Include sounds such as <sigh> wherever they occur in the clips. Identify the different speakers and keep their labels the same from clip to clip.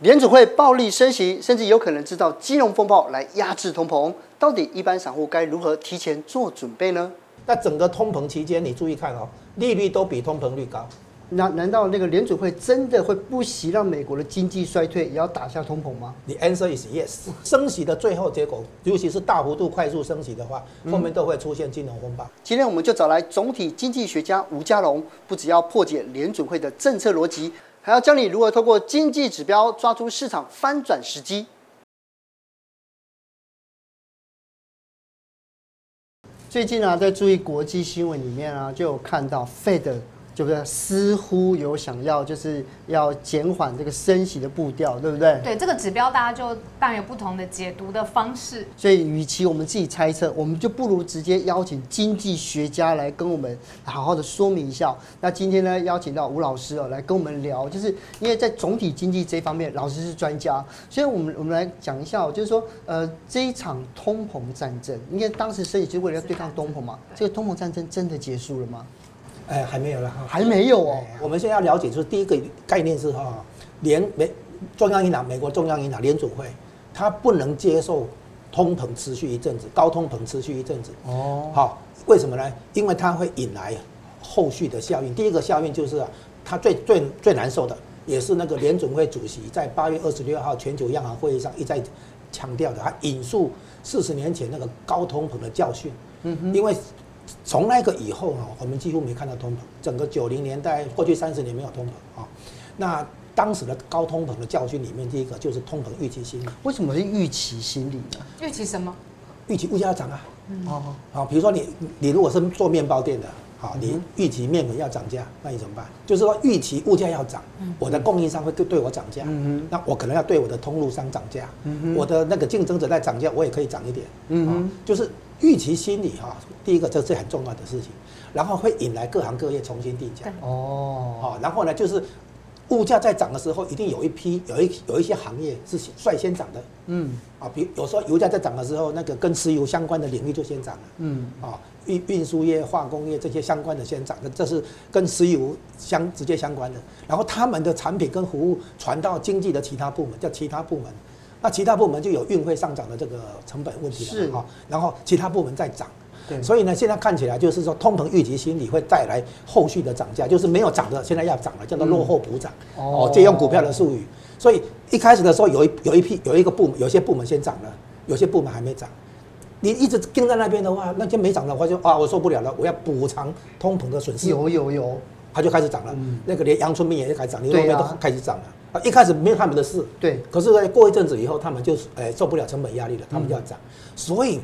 Speaker 1: 联储会暴力升息，甚至有可能制造金融风暴来压制通膨。到底一般散户该如何提前做准备呢？
Speaker 2: 那整个通膨期间，你注意看哦，利率都比通膨率高。
Speaker 1: 那难道那个联储会真的会不惜让美国的经济衰退，也要打下通膨吗？
Speaker 2: 你 answer is yes。升息的最后结果，尤其是大幅度快速升息的话，后面都会出现金融风暴。
Speaker 1: 今天我们就找来总体经济学家吴家龙，不只要破解联储会的政策逻辑，还要教你如何透过经济指标抓住市场翻转时机。最近啊，在注意国际新闻里面啊，就有看到 Fed 就是似乎有想要就是要减缓这个升息的步调，对不对？
Speaker 3: 对这个指标，大家就当然有不同的解读的方式。
Speaker 1: 所以，与其我们自己猜测，我们就不如直接邀请经济学家哦来跟我们好好的说明一下。那今天呢，邀请到吴老师哦，来跟我们聊，就是因为在总体经济这方面，老师是专家，所以我们我们来讲一下哦，就是说，呃，这一场通膨战争，因为当时升息是为了要对抗通膨嘛，这个通膨战争真的结束了吗？
Speaker 2: 哎，还没有了哈。
Speaker 1: 还没有哦。
Speaker 2: 哎我们现在要了解，就是第一个概念是哈，联美中央银行，美国中央银行联储会，它不能接受通膨持续一阵子，高通膨持续一阵子。
Speaker 1: 哦，
Speaker 2: 好，为什么呢？因为它会引来后续的效应。第一个效应就是啊，它最最最难受的，也是那个联准会主席在八月二十六号全球央行会议上一再强调的，他引述四十年前那个高通膨的教训。嗯哼，因为从那个以后啊，我们几乎没看到通膨，整个九零年代过去三十年没有通膨啊。那当时的高通膨的教训里面，第一个就是通膨预期心理，
Speaker 1: 为什么是预期心理呢？
Speaker 3: 预期什么？
Speaker 2: 预期物价要涨啊。
Speaker 1: 哦，
Speaker 2: 好，比如说你你如果是做面包店的，好，
Speaker 1: 嗯
Speaker 2: 你预期面粉要涨价，那你怎么办？就是说预期物价要涨，我的供应商会对对我涨价，
Speaker 1: 嗯
Speaker 2: 那我可能要对我的通路商涨价，我的那个竞争者在涨价，我也可以涨一点，
Speaker 1: 嗯哼
Speaker 2: 啊就是预期心理哈、第一个这是很重要的事情，然后会引来各行各业重新定价
Speaker 3: 对，
Speaker 1: 哦，
Speaker 2: 好、然后呢就是。物价在涨的时候，一定有一批有一有一些行业是率先涨的
Speaker 1: 嗯
Speaker 2: 啊，比如有时候油价在涨的时候，那个跟石油相关的领域就先涨了。
Speaker 1: 嗯，
Speaker 2: 啊，运运输业、化工业这些相关的先涨，这这是跟石油相直接相关的。然后他们的产品跟服务传到经济的其他部门，叫其他部门。那其他部门就有运费上涨的这个成本问题了
Speaker 1: 是
Speaker 2: 嘛啊，然后其他部门在涨。
Speaker 1: 对，
Speaker 2: 所以呢，现在看起来就是说，通膨预期心理会带来后续的涨价，就是没有涨的，现在要涨了，叫做落后补涨。
Speaker 1: 嗯
Speaker 2: 哦
Speaker 1: 哦，
Speaker 2: 借用股票的术语。所以一开始的时候，有一有一批有一个部门，有些部门先涨了，有些部门还没涨。你一直盯在那边的话，那些没涨的话就啊，我受不了了，我要补偿通膨的损失，
Speaker 1: 有有有，
Speaker 2: 它就开始涨了。
Speaker 1: 嗯
Speaker 2: 那个连阳春面也开始涨，牛肉
Speaker 1: 对
Speaker 2: 面
Speaker 1: 啊
Speaker 2: 都开始涨了。啊，一开始没有他们的事，
Speaker 1: 对，
Speaker 2: 可是呢，过一阵子以后，他们就哎、受不了成本压力了，他们就要涨。所以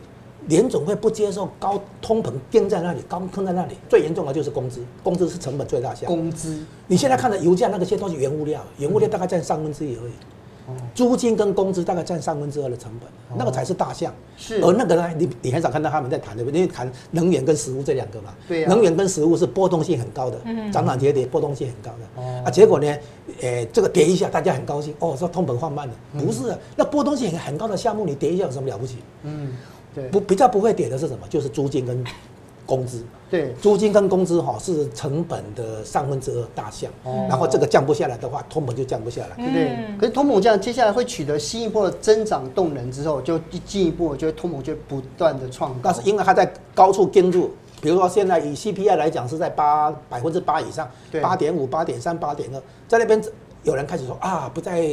Speaker 2: 联总会不接受高通膨盯在那里，高坑在那里。最严重的就是工资，工资是成本最大项。
Speaker 1: 工资，
Speaker 2: 你现在看的油价那个些都是原物料，原物料大概占三分之一而已。
Speaker 1: 哦，
Speaker 2: 租金跟工资大概占三分之二的成本，那个才是大项。
Speaker 1: 是
Speaker 2: 而那个呢，你你很少看到他们在谈，对不对？因为谈能源跟食物这两个嘛。
Speaker 1: 对啊嗯
Speaker 2: 能源跟食物是波动性很高的，涨涨跌跌波动性很高的。
Speaker 1: 哦
Speaker 2: 啊，结果呢，诶、这个跌一下，大家很高兴，哦，说通膨放慢了。不是、啊，那波动性很很高的项目，你跌一下有什么了不起？
Speaker 1: 嗯，对，
Speaker 2: 不，比较不会跌的是什么？就是租金跟工资。
Speaker 1: 对，
Speaker 2: 租金跟工资哈、是成本的三分之二大项，
Speaker 1: 哦
Speaker 2: 然后这个降不下来的话，通膨就降不下来。
Speaker 1: 对不对？可是通膨这样，接下来会取得新一波的增长动能之后，就进一步，我觉得通膨就会不断的创高
Speaker 2: 但是。因为它在高处盯住，比如说现在以 CPI 来讲是在八百分之八以上
Speaker 1: 对，
Speaker 2: 八点五、八点三、八点二，在那边有人开始说啊，不再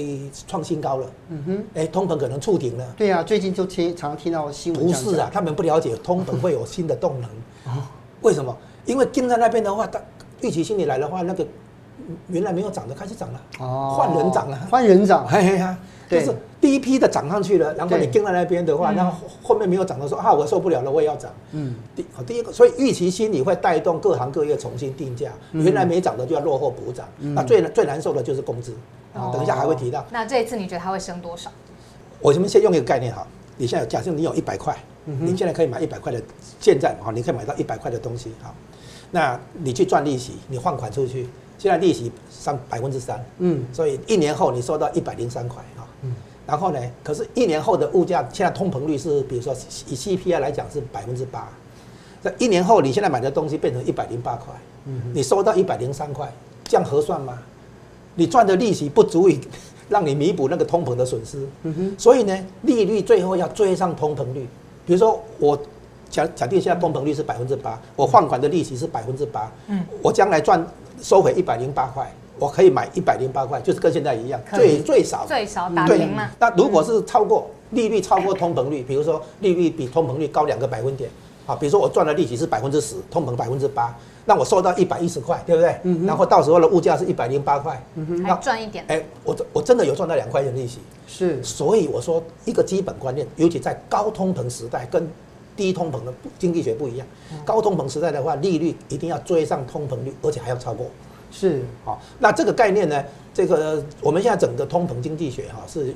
Speaker 2: 创新高了，嗯哼，哎、通膨可能触顶了。
Speaker 1: 对啊，最近就听常听到新闻
Speaker 2: 不
Speaker 1: 这样讲，
Speaker 2: 是啊，他们不了解通膨会有新的动能，
Speaker 1: 哦
Speaker 2: 为什么？因为盯在那边的话，它预期心理来的话，那个原来没有涨的开始涨了，
Speaker 1: 哦，
Speaker 2: 换人涨了。
Speaker 1: 换人涨，
Speaker 2: 哎呀，就
Speaker 1: 对
Speaker 2: 是第一批的涨上去了，然后你
Speaker 1: 对
Speaker 2: 跟在那边的话，然后后后面没有涨的时候啊，我受不了了，我也要涨。
Speaker 1: 嗯，
Speaker 2: 第好第一个，所以预期心理会带动各行各业重新定价，原来没涨的就要落后补涨。那最最难受的就是工资，啊
Speaker 1: 哦
Speaker 2: 等一下还会提到。
Speaker 3: 那这一次你觉得它会升多少？
Speaker 2: 我们先用一个概念哈，你现在有假设你有一百块，你现在可以买一百块的，现在哈，你可以买到一百块的东西哈。那你去赚利息，你换款出去，现在利息上百分之三，
Speaker 1: 嗯，
Speaker 2: 所以一年后你收到一百零三块啊。
Speaker 1: 嗯
Speaker 2: 然后呢，可是一年后的物价现在通膨率是，比如说以 CPI 来讲是百分之八，那一年后你现在买的东西变成一百零八块，
Speaker 1: 嗯
Speaker 2: 你收到一百零三块，这样合算吗？你赚的利息不足以让你弥补那个通膨的损失。
Speaker 1: 嗯
Speaker 2: 所以呢，利率最后要追上通膨率。比如说我假假定现在通膨率是百分之八，我放款的利息是百分之八，
Speaker 3: 嗯，
Speaker 2: 我将来赚收回一百零八块，我可以买一百零八块，就是跟现在一样，
Speaker 1: 可以
Speaker 2: 最最少
Speaker 3: 最少打
Speaker 2: 对
Speaker 3: 平嘛。
Speaker 2: 那如果是超过利率超过通膨率，比如说利率比通膨率高两个百分点，啊，比如说我赚的利息是百分之十，通膨百分之八，那我收到一百一十块，对不对？
Speaker 3: 嗯
Speaker 2: 然后到时候的物价是一百零八块，
Speaker 3: 还
Speaker 2: 那
Speaker 3: 赚一点，
Speaker 2: 哎、我我真的有赚到两块钱利息。
Speaker 1: 嗯是
Speaker 2: 所以我说，一个基本观念，尤其在高通膨时代跟低通膨的不经济学不一样。
Speaker 3: 嗯
Speaker 2: 高通膨时代的话，利率一定要追上通膨率，而且还要超过。
Speaker 1: 是，
Speaker 2: 好，那这个概念呢，这个我们现在整个通膨经济学哈、是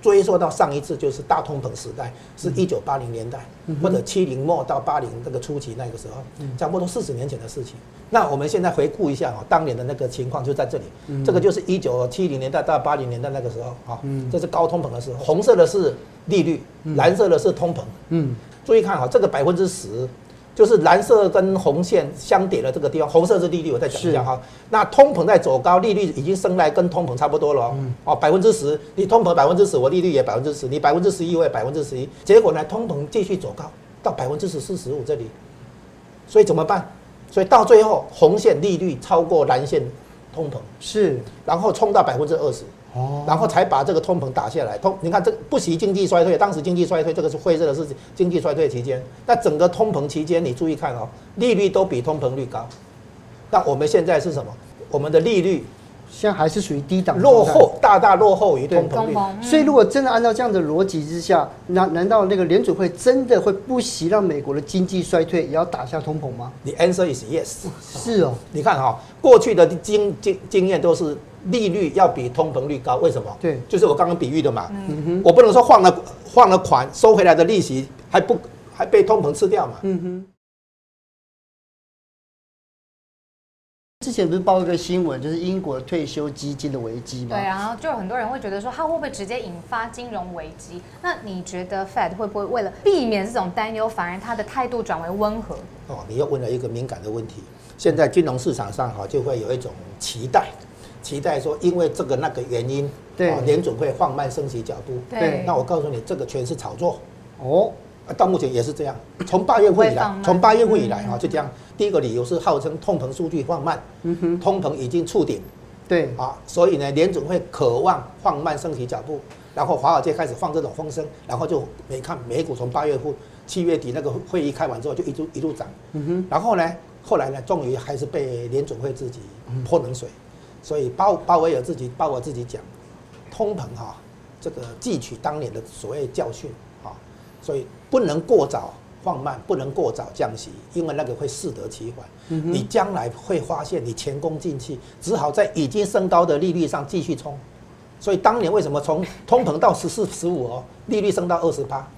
Speaker 2: 追溯到上一次就是大通膨时代，是一九八零年代、或者七零末到八零这个初期那个时候，差不多四十年前的事情。那我们现在回顾一下哈、当年的那个情况就在这里，这个就是一九七零年代到八零年代那个时候啊、这是高通膨的时候，红色的是利率，蓝色的是通膨。
Speaker 1: 嗯，
Speaker 2: 注意看哈、这个百分之十，就是蓝色跟红线相叠的这个地方，红色是利率，我再讲一下哈、那通膨在走高，利率已经升来跟通膨差不多了哦，哦，百分之十，你通膨百分之十，我利率也百分之十，你百分之十一，我也百分之十一，结果呢，通膨继续走高到百分之十四十五这里，所以怎么办？所以到最后，红线利率超过蓝线通膨，
Speaker 1: 是，
Speaker 2: 然后冲到百分之二十。
Speaker 1: 哦
Speaker 2: 然后才把这个通膨打下来。通，你看这个不惜经济衰退，当时经济衰退这个是灰色的是经济衰退期间。那整个通膨期间，你注意看哦，利率都比通膨率高。那我们现在是什么？我们的利率
Speaker 1: 现在还是属于低档的
Speaker 2: 落
Speaker 1: 状态
Speaker 2: 后，大大落后于
Speaker 1: 对
Speaker 2: 通膨
Speaker 3: 东
Speaker 2: 率。
Speaker 3: 盟，
Speaker 1: 所以，如
Speaker 3: 果
Speaker 1: 果真的按照这样的逻辑之下，难难道那个联储会真的会不惜让美国的经济衰退，也要打下通膨吗？
Speaker 2: The answer is yes。
Speaker 1: 是哦，
Speaker 2: 你看哈、过去的经经经验都是利率要比通膨率高，为什么？
Speaker 1: 对嗯
Speaker 2: 就是我刚刚比喻的嘛。我不能说换了换了款，收回来的利息还不还被通膨吃掉嘛。
Speaker 1: 嗯哼。之前不是报一个新闻，就是英国退休基金的危机吗？
Speaker 3: 对啊，就有很多人会觉得说，它会不会直接引发金融危机？那你觉得 Fed 会不会为了避免这种担忧，反而他的态度转为温和？
Speaker 2: 哦，你又问了一个敏感的问题。现在金融市场上哈、就会有一种期待，期待说因为这个那个原因，
Speaker 1: 对
Speaker 2: 哦联准会放慢升息脚步。
Speaker 1: 对
Speaker 2: 那我告诉你，这个全是炒作。
Speaker 1: 哦，
Speaker 2: 啊到目前也是这样，从八月份以
Speaker 3: 不会放
Speaker 2: 来
Speaker 3: 慢，嗯
Speaker 2: 从八月份以来哈、就这样。第一个理由是号称通膨数据放慢，
Speaker 3: 嗯
Speaker 2: 通膨已经触顶
Speaker 1: 对，
Speaker 2: 啊，所以呢，联准会渴望放慢升息脚步，然后华尔街开始放这种风声，然后就没看美股从八月份七月底那个会议开完之后就一路一路涨，然后呢，后来呢，终于还是被联准会自己泼冷水，所以鲍鲍威尔自己鲍威尔自己讲，通膨哈、这个汲取当年的所谓教训啊、所以不能过早放慢，不能过早降息，因为那个会适得其反。你将来会发现你前功尽弃，只好在已经升高的利率上继续冲。所以当年为什么从通膨到十四、十五哦，利率升到二十八，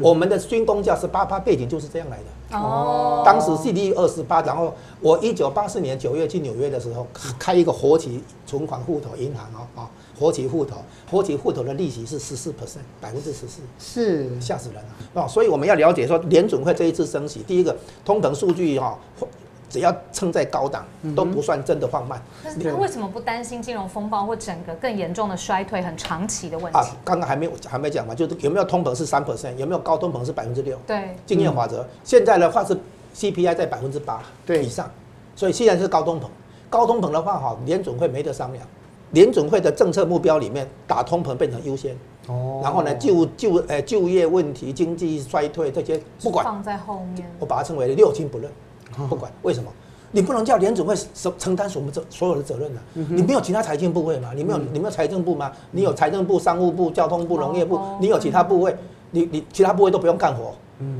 Speaker 2: 我们的军工价是八八，背景就是这样来的。
Speaker 3: 哦
Speaker 2: 当时 c d E 二十八，然后我一九八四年九月去纽约的时候，开一个活期存款户头银行哦啊，活期户头，活期户头的利息是十四 percent，百分之十四，
Speaker 1: 是
Speaker 2: 吓死人了哦！所以我们要了解说，联准会这一次升息，第一个通膨数据哈、哦，只要撑在高档，
Speaker 1: 嗯
Speaker 2: 都不算真的放慢。
Speaker 3: 但是他为什么不担心金融风暴或整个更严重的衰退、很长期的问题？
Speaker 2: 啊，刚刚还没有还没讲完，就是有没有通膨是三 percent，有没有高通膨是百分之六？
Speaker 3: 对，
Speaker 1: 嗯
Speaker 2: 经验法则。现在的话是 CPI 在百分之八
Speaker 1: 对
Speaker 2: 以上，所以现在是高通膨。高通膨的话，哈，联准会没得商量。联准会的政策目标里面，打通膨变成优先，
Speaker 1: 哦
Speaker 2: 然后呢，就就呃就业问题、经济衰退这些不管，
Speaker 3: 放在后面。
Speaker 2: 我把它称为六亲不认，
Speaker 1: 嗯
Speaker 2: 不管为什么。你不能叫联准会承承担什么责所有的责任呢、你没有其他财经部位嘛？你没有、你没有财政部吗？你有财政部、商务部、交通部、农业部
Speaker 3: 哦，
Speaker 2: 你有其他部位，你你其他部位都不用干活，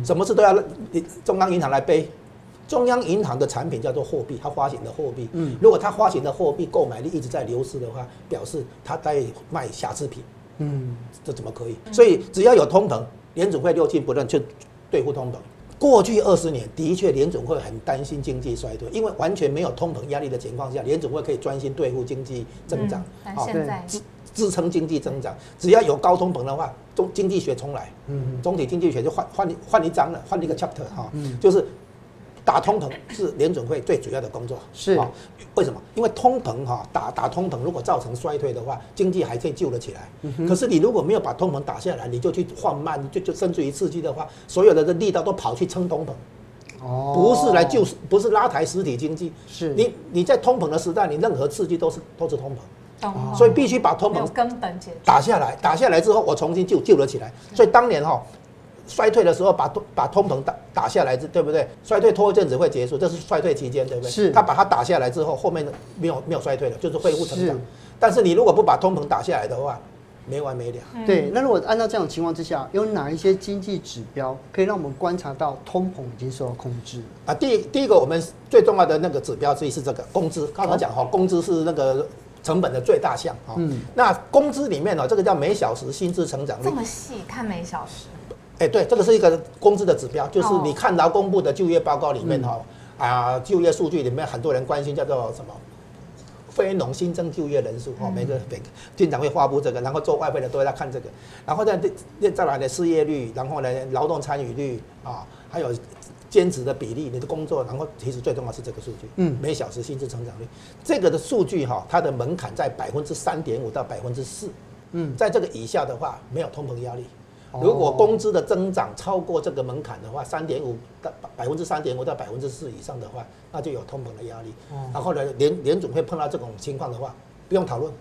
Speaker 2: 什么事都要你中央银行来背。中央银行的产品叫做货币，它发行的货币，如果它发行的货币购买力一直在流失的话，表示它在卖瑕疵品，
Speaker 1: 嗯，
Speaker 2: 这怎么可以？所以只要有通膨，联准会六亲不认去对付通膨。过去二十年的确，联准会很担心经济衰退，因为完全没有通膨压力的情况下，联准会可以专心对付经济增长
Speaker 3: 嗯，但
Speaker 2: 好
Speaker 3: 现在
Speaker 2: 支支撑经济增长。只要有高通膨的话，中经
Speaker 1: 嗯
Speaker 2: 济学重来，嗯，总体经济学就换换一换一章了，换一个 chapter 哈、就是打通膨是联准会最主要的工作。
Speaker 1: 是
Speaker 2: 啊为什么？因为通膨哈、打打通膨，如果造成衰退的话，经济还可以救得起来。
Speaker 1: 嗯
Speaker 2: 可是你如果没有把通膨打下来，你就去放慢，你就就甚至于刺激的话，所有的这力道都跑去撑通膨，
Speaker 1: 哦
Speaker 2: 不是来救，不是拉抬实体经济。
Speaker 1: 是
Speaker 2: 你你在通膨的时代，你任何刺激都是都是通膨，
Speaker 3: 懂
Speaker 1: 哦
Speaker 3: 吗
Speaker 2: 所以必须把通
Speaker 3: 没有
Speaker 2: 膨
Speaker 3: 根本解决。
Speaker 2: 打下来，打下来之后，我重新救救了起来。所以当年哈、衰退的时候把通把通膨打打下来，对不对？衰退拖一阵子会结束，这是衰退期间，对不对？
Speaker 1: 是
Speaker 2: 他把它打下来之后，后面的没有没有衰退了，就是恢复成长
Speaker 1: 是。
Speaker 2: 但是你如果不把通膨打下来的话，没完没了。
Speaker 3: 嗯
Speaker 1: 对，那如果按照这种情况之下，有哪一些经济指标可以让我们观察到通膨已经受到控制？
Speaker 2: 啊，第一第一个我们最重要的那个指标之一是这个工资。刚才讲哈，工资是那个成本的最大项
Speaker 1: 哦
Speaker 2: 哈。
Speaker 1: 嗯
Speaker 2: 那工资里面呢，哦这个叫每小时薪资成长率
Speaker 3: 这。么细看每小时，
Speaker 2: 哎，对，这个是一个工资的指标，就是
Speaker 3: 哦
Speaker 2: 你看劳工部的就业报告里面哈、啊，就业数据里面很多人关心叫做什么？非农新增就业人数哦，每个每个经常会发布这个，然后做外汇的都在看这个，然后再再再来的失业率，然后呢劳动参与率啊，还有兼职的比例，你的工作，然后其实最重要是这个数据，
Speaker 1: 嗯
Speaker 2: 每小时薪资成长率，这个的数据哈、它的门槛在百分之三点五到百分之四，
Speaker 1: 嗯，
Speaker 2: 在这个以下的话，没有通膨压力。
Speaker 1: 哦
Speaker 2: 如果工资的增长超过这个门槛的话，三点五到百分之三点五到百分之四以上的话，那就有通膨的压力。
Speaker 1: 哦
Speaker 2: 然后呢，联联总会碰到这种情况的话，不用讨论，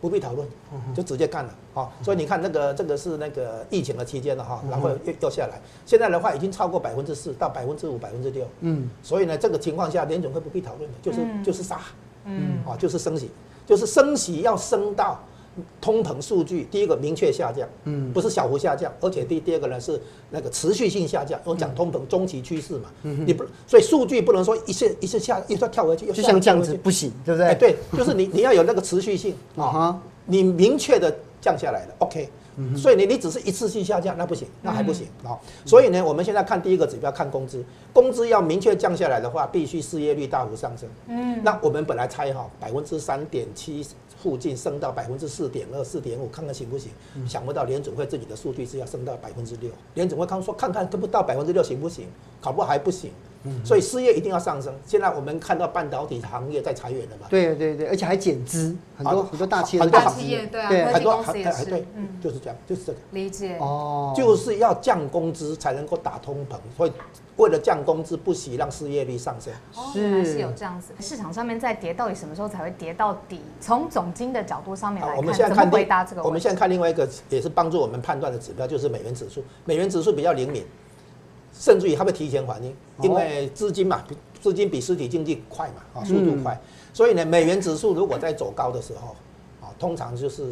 Speaker 2: 不必讨论，就直接干了啊、所以你看，那个这个是那个疫情的期间了哈，然后又又下来，现在的话已经超过百分之四到百分之五、百分之六。
Speaker 1: 嗯，
Speaker 2: 所以呢，这个情况下联总会不必讨论的，就是、
Speaker 3: 嗯
Speaker 2: 就是杀。
Speaker 3: 嗯，
Speaker 2: 啊，就是升息，就是升息要升到通膨数据第一个明确下降，
Speaker 1: 嗯
Speaker 2: 不是小幅下降，而且第第二个呢是那个持续性下降。我
Speaker 1: 嗯
Speaker 2: 讲通膨中期趋势嘛，你不所以数据不能说一次一次下又再跳回去，又
Speaker 1: 就像这样
Speaker 2: 跳
Speaker 1: 子
Speaker 2: 回去，
Speaker 1: 不行，对不
Speaker 2: 哎
Speaker 1: 对？，
Speaker 2: 对，就是你你要有那个持续性
Speaker 1: 啊
Speaker 2: 啊，
Speaker 1: 哈，
Speaker 2: 你明确的降下来了，OK。所以你你只是一次性下降，那不行，那还不行啊、所以呢，我们现在看第一个指标，看工资，工资要明确降下来的话，必须失业率大幅上升。嗯，那我们本来猜哈，百分之三点七附近升到百分之四点二、四点五，看看行不行？想不到联总会自己的数据是要升到百分之六，联总会刚说看看跟不到百分之六行不行，搞不好还不行。所以失业一定要上升。现在我们看到半导体行业在裁员了嘛，
Speaker 1: 对对对，而且还减资，很多
Speaker 2: 啊
Speaker 1: 很多大企业
Speaker 2: 很
Speaker 1: 都
Speaker 2: 多
Speaker 1: 减
Speaker 3: 大
Speaker 1: 资
Speaker 3: 企业对啊，
Speaker 1: 对
Speaker 3: 科
Speaker 2: 很
Speaker 3: 技
Speaker 2: 多
Speaker 3: 公司也
Speaker 2: 哎
Speaker 3: 是
Speaker 2: 对，，
Speaker 3: 嗯，
Speaker 2: 就是这样，就是这个。
Speaker 3: 理解。
Speaker 1: 哦，
Speaker 2: 就是要降工资才能够打通膨，所以为了降工资，不惜让失业率上升。
Speaker 3: 哦，
Speaker 1: 是
Speaker 3: 原来是有这样子。市场上面在跌，到底什么时候才会跌到底？从总经的角度上面来
Speaker 2: 啊我们
Speaker 3: 看，
Speaker 2: 现在
Speaker 3: 怎么
Speaker 2: 看
Speaker 3: 回
Speaker 2: 另
Speaker 3: 答这个
Speaker 2: 我
Speaker 3: 问
Speaker 2: 们
Speaker 3: 题？
Speaker 2: 现在看另外一个也是帮助我们判断的指标，就是美元指数。美元指数比较灵敏，甚至于它会提前反应，因为资金嘛，比资金比实体经济快嘛，啊，速度快。所以呢，美元指数如果在走高的时候，啊，通常就是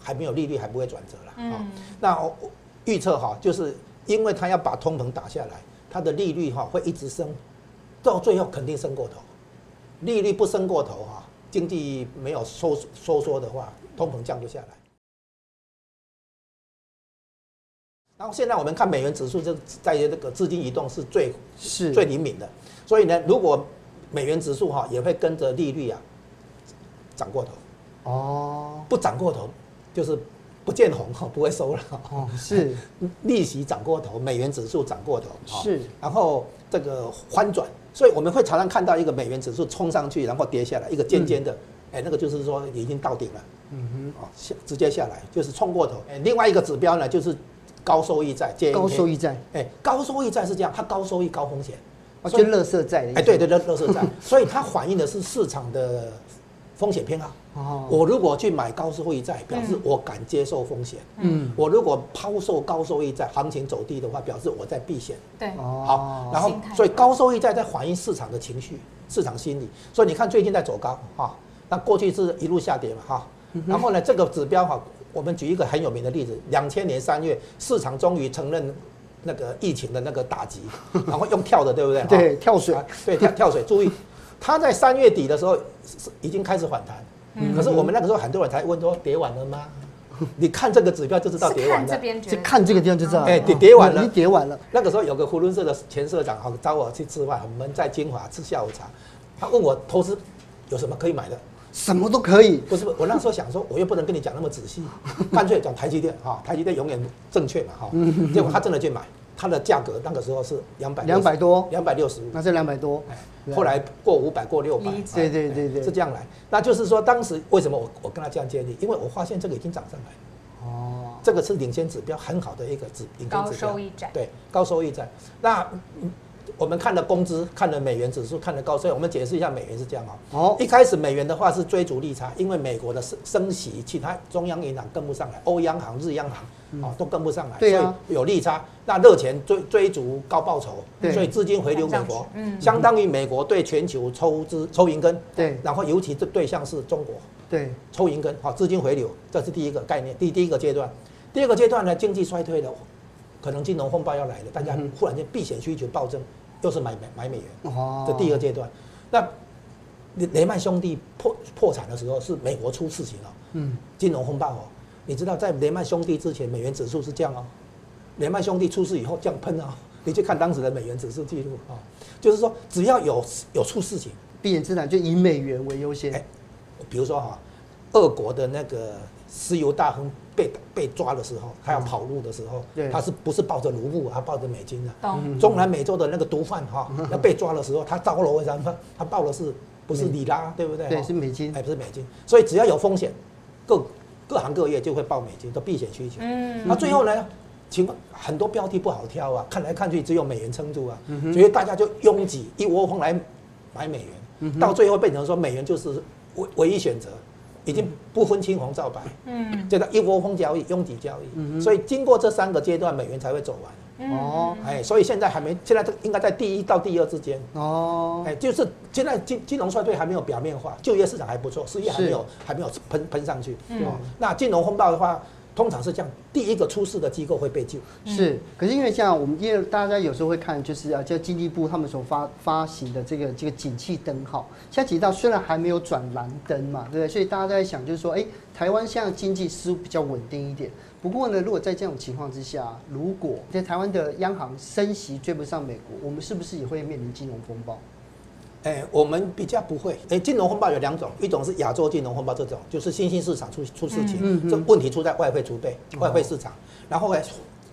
Speaker 2: 还没有利率，还不会转折了。啊，那我我预测哈，就是因为它要把通膨打下来，它的利率哈会一直升，到最后肯定升过头。利率不升过头哈、经济没有收收缩的话，通膨降不下来。然后现在我们看美元指数，就在于这个资金移动是最
Speaker 1: 是
Speaker 2: 最灵敏的，所以呢，如果美元指数哈、也会跟着利率啊涨过头，
Speaker 1: 哦
Speaker 2: 不涨过头就是不见红哈、 <laughs> 不会收了。
Speaker 1: 哦是
Speaker 2: 哎利息涨过头，美元指数涨过头，哦
Speaker 1: 是
Speaker 2: 然后这个翻转，所以我们会常常看到一个美元指数冲上去，然后跌下来，一个尖尖的，
Speaker 1: 嗯
Speaker 2: 哎、那个就是说已经到顶了，嗯哼，哦，下直接下来就是冲过头。哎，另外一个指标呢就是高收益债，
Speaker 1: 高收
Speaker 2: 益，
Speaker 1: 益债，
Speaker 2: 哎，高收益债是这样，它高收益高风险，
Speaker 1: 哦，
Speaker 2: 所以
Speaker 1: 就垃圾债的意思，
Speaker 2: 哎，对对，乐乐色债， <laughs> 所以它反映的是市场的风险偏好。
Speaker 1: 哦，
Speaker 2: 我如果去买高收益债，表示我敢接受风险。
Speaker 1: 嗯，
Speaker 2: 我如果抛售高收益债，行情走低的话，表示我在避险。
Speaker 3: 对，
Speaker 1: 哦
Speaker 2: 好，然后
Speaker 3: 心态
Speaker 2: 所以高收益债在反映市场的情绪、市场心理。所以你看最近在走高哈、那过去是一路下跌嘛哈、
Speaker 1: 嗯
Speaker 2: 然后呢，这个指标哈、我们举一个很有名的例子，两千年三月市场终于承认那个疫情的那个打
Speaker 1: <laughs>
Speaker 2: 击，然后用跳的对不对？哈
Speaker 1: 对跳水
Speaker 2: 啊对跳跳水，注意，它在三月底的时候是是已经开始反弹，
Speaker 3: 嗯
Speaker 2: 可是我们那个时候很多人才问说跌完了吗？你看这个指标就知道
Speaker 3: 是
Speaker 2: 跌完
Speaker 3: 看这
Speaker 2: 了。
Speaker 3: 边觉
Speaker 1: 就
Speaker 3: 得
Speaker 1: 看这个地方就知道，
Speaker 2: 哎跌跌完了
Speaker 1: 已经跌完了，
Speaker 2: 那个时候有个胡伦社的前社长哈找我去吃饭，我们在金华吃下午茶，他问我投资有什么可以买的，
Speaker 1: 什么都可以，
Speaker 2: 不是我那时候想说，我又不能跟
Speaker 3: 嗯
Speaker 2: 你讲那么仔细，干脆讲台积电哈，台积电永远正确嘛哈，结果他真的去买，它的价格那个时候是两百
Speaker 1: 两百多，
Speaker 2: 两百六十
Speaker 1: 那这两百多，
Speaker 2: 五，哎后来过五百过六百
Speaker 3: 啊
Speaker 2: 哎
Speaker 3: 理，
Speaker 1: 对对对对
Speaker 2: 是这样来。那就是说当时为什么我我跟他这样建议？因为我发现这个已经涨上来了。
Speaker 1: 哦，
Speaker 2: 这个是领先指标，很好的一个指领先指标，
Speaker 3: 高收益债
Speaker 2: 对，高收益债。那嗯我们看了工资，看了美元指数，看了高收益，我们解释一下美元是这样哦。
Speaker 1: 哦
Speaker 2: 一开始美元的话是追逐利差，因为美国的升升息，其他中央银行跟不上来，欧央行、日央行哦都跟不上来，
Speaker 1: 嗯对啊
Speaker 2: 所以有利差。那热钱追追逐高报酬，
Speaker 1: 对
Speaker 2: 所以资金回流美
Speaker 3: 看上
Speaker 2: 国
Speaker 3: 去，嗯
Speaker 2: 相当于美国对全球抽资抽银根，
Speaker 1: 对
Speaker 2: 然后尤其这对象是中国。
Speaker 1: 对，
Speaker 2: 抽银根，好，资金回流，这是第一个概念，第第一个阶段。第二个阶段呢，经济衰退了，可能金融风暴要来了，大家
Speaker 1: 嗯哼
Speaker 2: 忽然间避险需求暴增，又是买买买美元，
Speaker 1: 哦，
Speaker 2: 这第一个阶段。那雷雷曼兄弟破破产的时候，是美国出事情了、
Speaker 1: 嗯，
Speaker 2: 金融风暴哦。你知道在雷曼兄弟之前，美元指数是这样哦。雷曼兄弟出事以后这样喷啊、 <laughs> 你去看当时的美元指数记录啊、就是说只要有有出事情，
Speaker 1: 避险资产就以美元为优先
Speaker 2: 哎，比如说哈，俄国的那个石油大亨被被抓的时候，他要跑路的时候，
Speaker 1: 对
Speaker 2: 他是不是抱着卢布啊，他抱着美金啊？
Speaker 3: 懂？
Speaker 2: 中南美洲的那个毒贩哈，要被抓的时候，他招了为什么？他报的是不是里拉，对不对？
Speaker 1: 对
Speaker 2: 哈
Speaker 1: 是美金
Speaker 2: 哎，不是美金。所以只要有风险，各各行各业就会报美金，都避险需求。
Speaker 3: 嗯，
Speaker 2: 那最后呢？情况很多标的不好挑啊，看来看去只有美元撑住啊，所以大家就拥挤一窝蜂来买美元，到最后变成说美元就是唯唯一选择，已经不分青红皂白，
Speaker 3: 嗯，
Speaker 2: 这个一窝蜂交易、拥挤交易，所以经过这三个阶段，美元才会走
Speaker 3: 嗯
Speaker 2: 完。
Speaker 1: 哦
Speaker 2: 哎，所以现在还没，现在这个应该在第一到第二之间。
Speaker 1: 哦，
Speaker 2: 哎，就是现在金金融衰退还没有表面化，就业市场还不错，失业还没有还没有喷喷上去。
Speaker 3: 嗯
Speaker 2: 哦，那金融风暴的话，通常是这样，第一个出事的机构会被救。
Speaker 1: 是，可是因为这样，我们因为大家有时候会看，就是啊，叫经济部他们所发发行的这个这个景气灯号，现在提到虽然还没有转蓝灯嘛，对不对？所以大家在想，就是说，哎、台湾现在经济似乎比较稳定一点。不过呢，如果在这种情况之下，如果在台湾的央行升息追不上美国，我们是不是也会面临金融风暴？
Speaker 2: 哎，我们比较不会。哎，金融风暴有两种，一种是亚洲金融风暴，这种就是新兴市场出出事情，
Speaker 1: 嗯嗯嗯
Speaker 2: 这问题出在外汇储备、外汇市场。然后呢，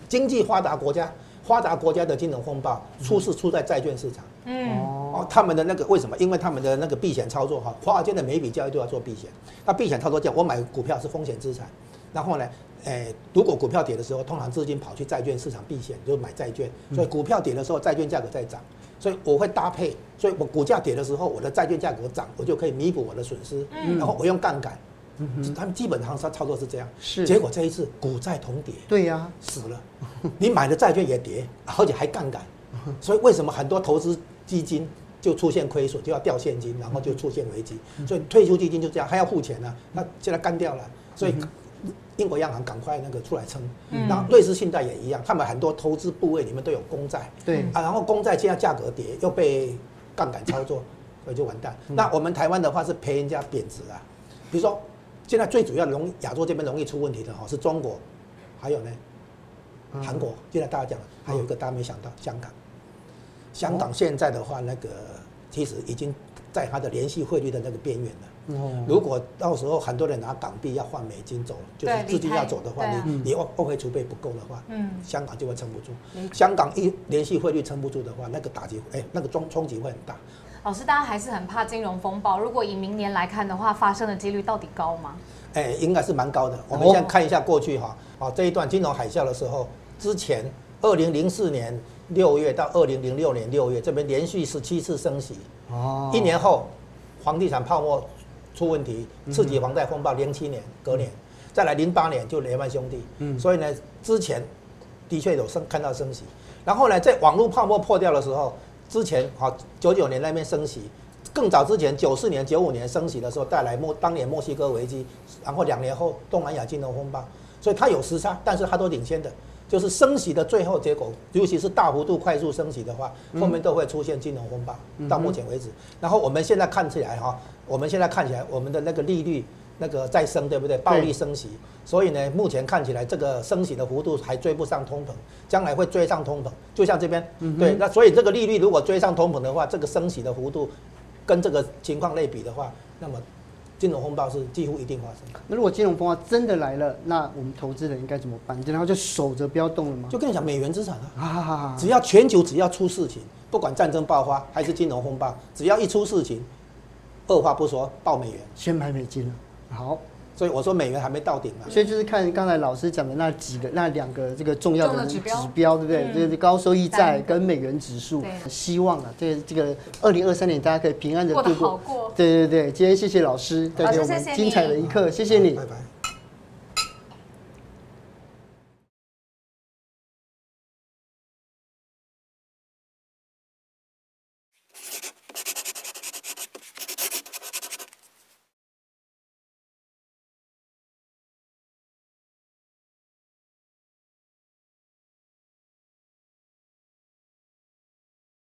Speaker 2: 经济发达国家，发达国家的金融风暴出事出在债券市场。
Speaker 3: 嗯，
Speaker 2: 哦，他们的那个为什么？因为他们的那个避险操作哈，华尔街的每一笔交易都要做避险。那避险操作叫我买股票是风险资产，然后呢，诶、如果股票跌的时候，通常资金跑去债券市场避险，就是买债券。所以股票跌的时候，债券价格在涨，所以我会搭配。所以我股价跌的时候，我的债券价格涨，我就可以弥补我的损失。
Speaker 1: 嗯
Speaker 2: 然后我用杠杆，他们基本上操操作是这样。
Speaker 1: 是
Speaker 2: 结果这一次股债同跌。
Speaker 1: 对呀、
Speaker 2: 死了， <laughs> 你买的债券也跌，而且还杠杆，所以为什么很多投资基金就出现亏损，就要掉现金，然后就出现危机，所以退休基金就这样，还要付钱呢、那现在干掉了，所以英国央行赶快那个出来撑，
Speaker 3: 嗯
Speaker 2: 那瑞士信贷也一样，他们很多投资部位里面都有公债，
Speaker 1: 对，
Speaker 2: 啊，然后公债现在价格跌，又被杠杆操作， <laughs> 所以就完蛋。那我们台湾的话是赔人家贬值啊，比如说现在最主要容易亚洲这边容易出问题的哦哈是中国，还有呢
Speaker 1: 嗯
Speaker 2: 韩国，现在大家讲了还有一个大家没想到香港，
Speaker 3: 哦
Speaker 2: 香港现在的话那个其实已经在它的联系汇率的那个边缘了。
Speaker 3: 嗯
Speaker 1: 哦，
Speaker 2: 如果到时候很多人拿港币要换美金走，就是
Speaker 3: 对
Speaker 2: 资金
Speaker 3: 离开
Speaker 2: 要走的话，
Speaker 3: 对啊
Speaker 2: 你你外汇储备不够的话，
Speaker 3: 嗯
Speaker 2: 香港就会撑不住
Speaker 3: 理。解
Speaker 2: 香港一联系汇率撑不住的话，那个打击，哎，那个冲冲击会很大。
Speaker 3: 老师，大家还是很怕金融风暴。如果以明年来看的话，发生的几率到底高吗？
Speaker 2: 哎，应该是蛮高的。我们
Speaker 1: 哦
Speaker 2: 先看一下过去哈，啊这一段金融海啸的时候，之前二零零四年六月到二零零六年六月，这边连续十七次升息，
Speaker 1: 哦
Speaker 2: 一年后，房地产泡沫出问题，
Speaker 1: 嗯
Speaker 2: 刺激房贷风暴，零七年隔年，再来零八年就雷曼兄弟，
Speaker 1: 嗯
Speaker 2: 所以呢，之前的确有升看到升息，然后呢，在网络泡沫破掉的时候，之前好九九年那边升息。更早之前，九四年、九五年升息的时候，带来墨当年墨西哥危机，然后两年后东南亚金融风暴，所以它有时差，但是它都领先的，就是升息的最后结果，尤其是大幅度快速升息的话，后面都会出现金融风暴。到目前为止，然后我们现在看起来哈，我们现在看起来我们的那个利率那个再升，对不对？暴力升息，所以呢，目前看起来这个升息的幅度还追不上通膨，将来会追上通膨。就像这边，
Speaker 1: 嗯
Speaker 2: 对，那所以这个利率如果追上通膨的话，这个升息的幅度跟这个情况类比的话，那么金融风暴是几乎一定发生。
Speaker 1: 那如果金融风暴真的来了，那我们投资人应该怎么办？然后就守着不要动了吗？
Speaker 2: 就跟你讲，美元资产啊，
Speaker 1: 啊，
Speaker 2: 只要全球只要出事情，不管战争爆发还是金融风暴，只要一出事情，二话不说爆美元。
Speaker 1: 先买美金了。好，
Speaker 2: 所以我说美元还没到顶嘛。
Speaker 1: 所以就是看刚才老师讲的那几个、那两个这个重要
Speaker 3: 重
Speaker 1: 的
Speaker 3: 要指
Speaker 1: 指
Speaker 3: 标
Speaker 1: 标，对不对？
Speaker 3: 嗯
Speaker 1: 这个高收益债
Speaker 3: 对
Speaker 1: 跟美元指数
Speaker 3: 对，
Speaker 1: 希望啊，这这个二零二三年大家可以平安的
Speaker 3: 过得
Speaker 1: 度
Speaker 3: 好
Speaker 1: 过。
Speaker 3: 过。
Speaker 1: 对对对，今天谢谢老师带给
Speaker 3: 老
Speaker 1: 我
Speaker 3: 师
Speaker 1: 们
Speaker 3: 谢谢
Speaker 1: 精彩的
Speaker 3: 你
Speaker 1: 一课，谢谢你
Speaker 2: 拜。拜。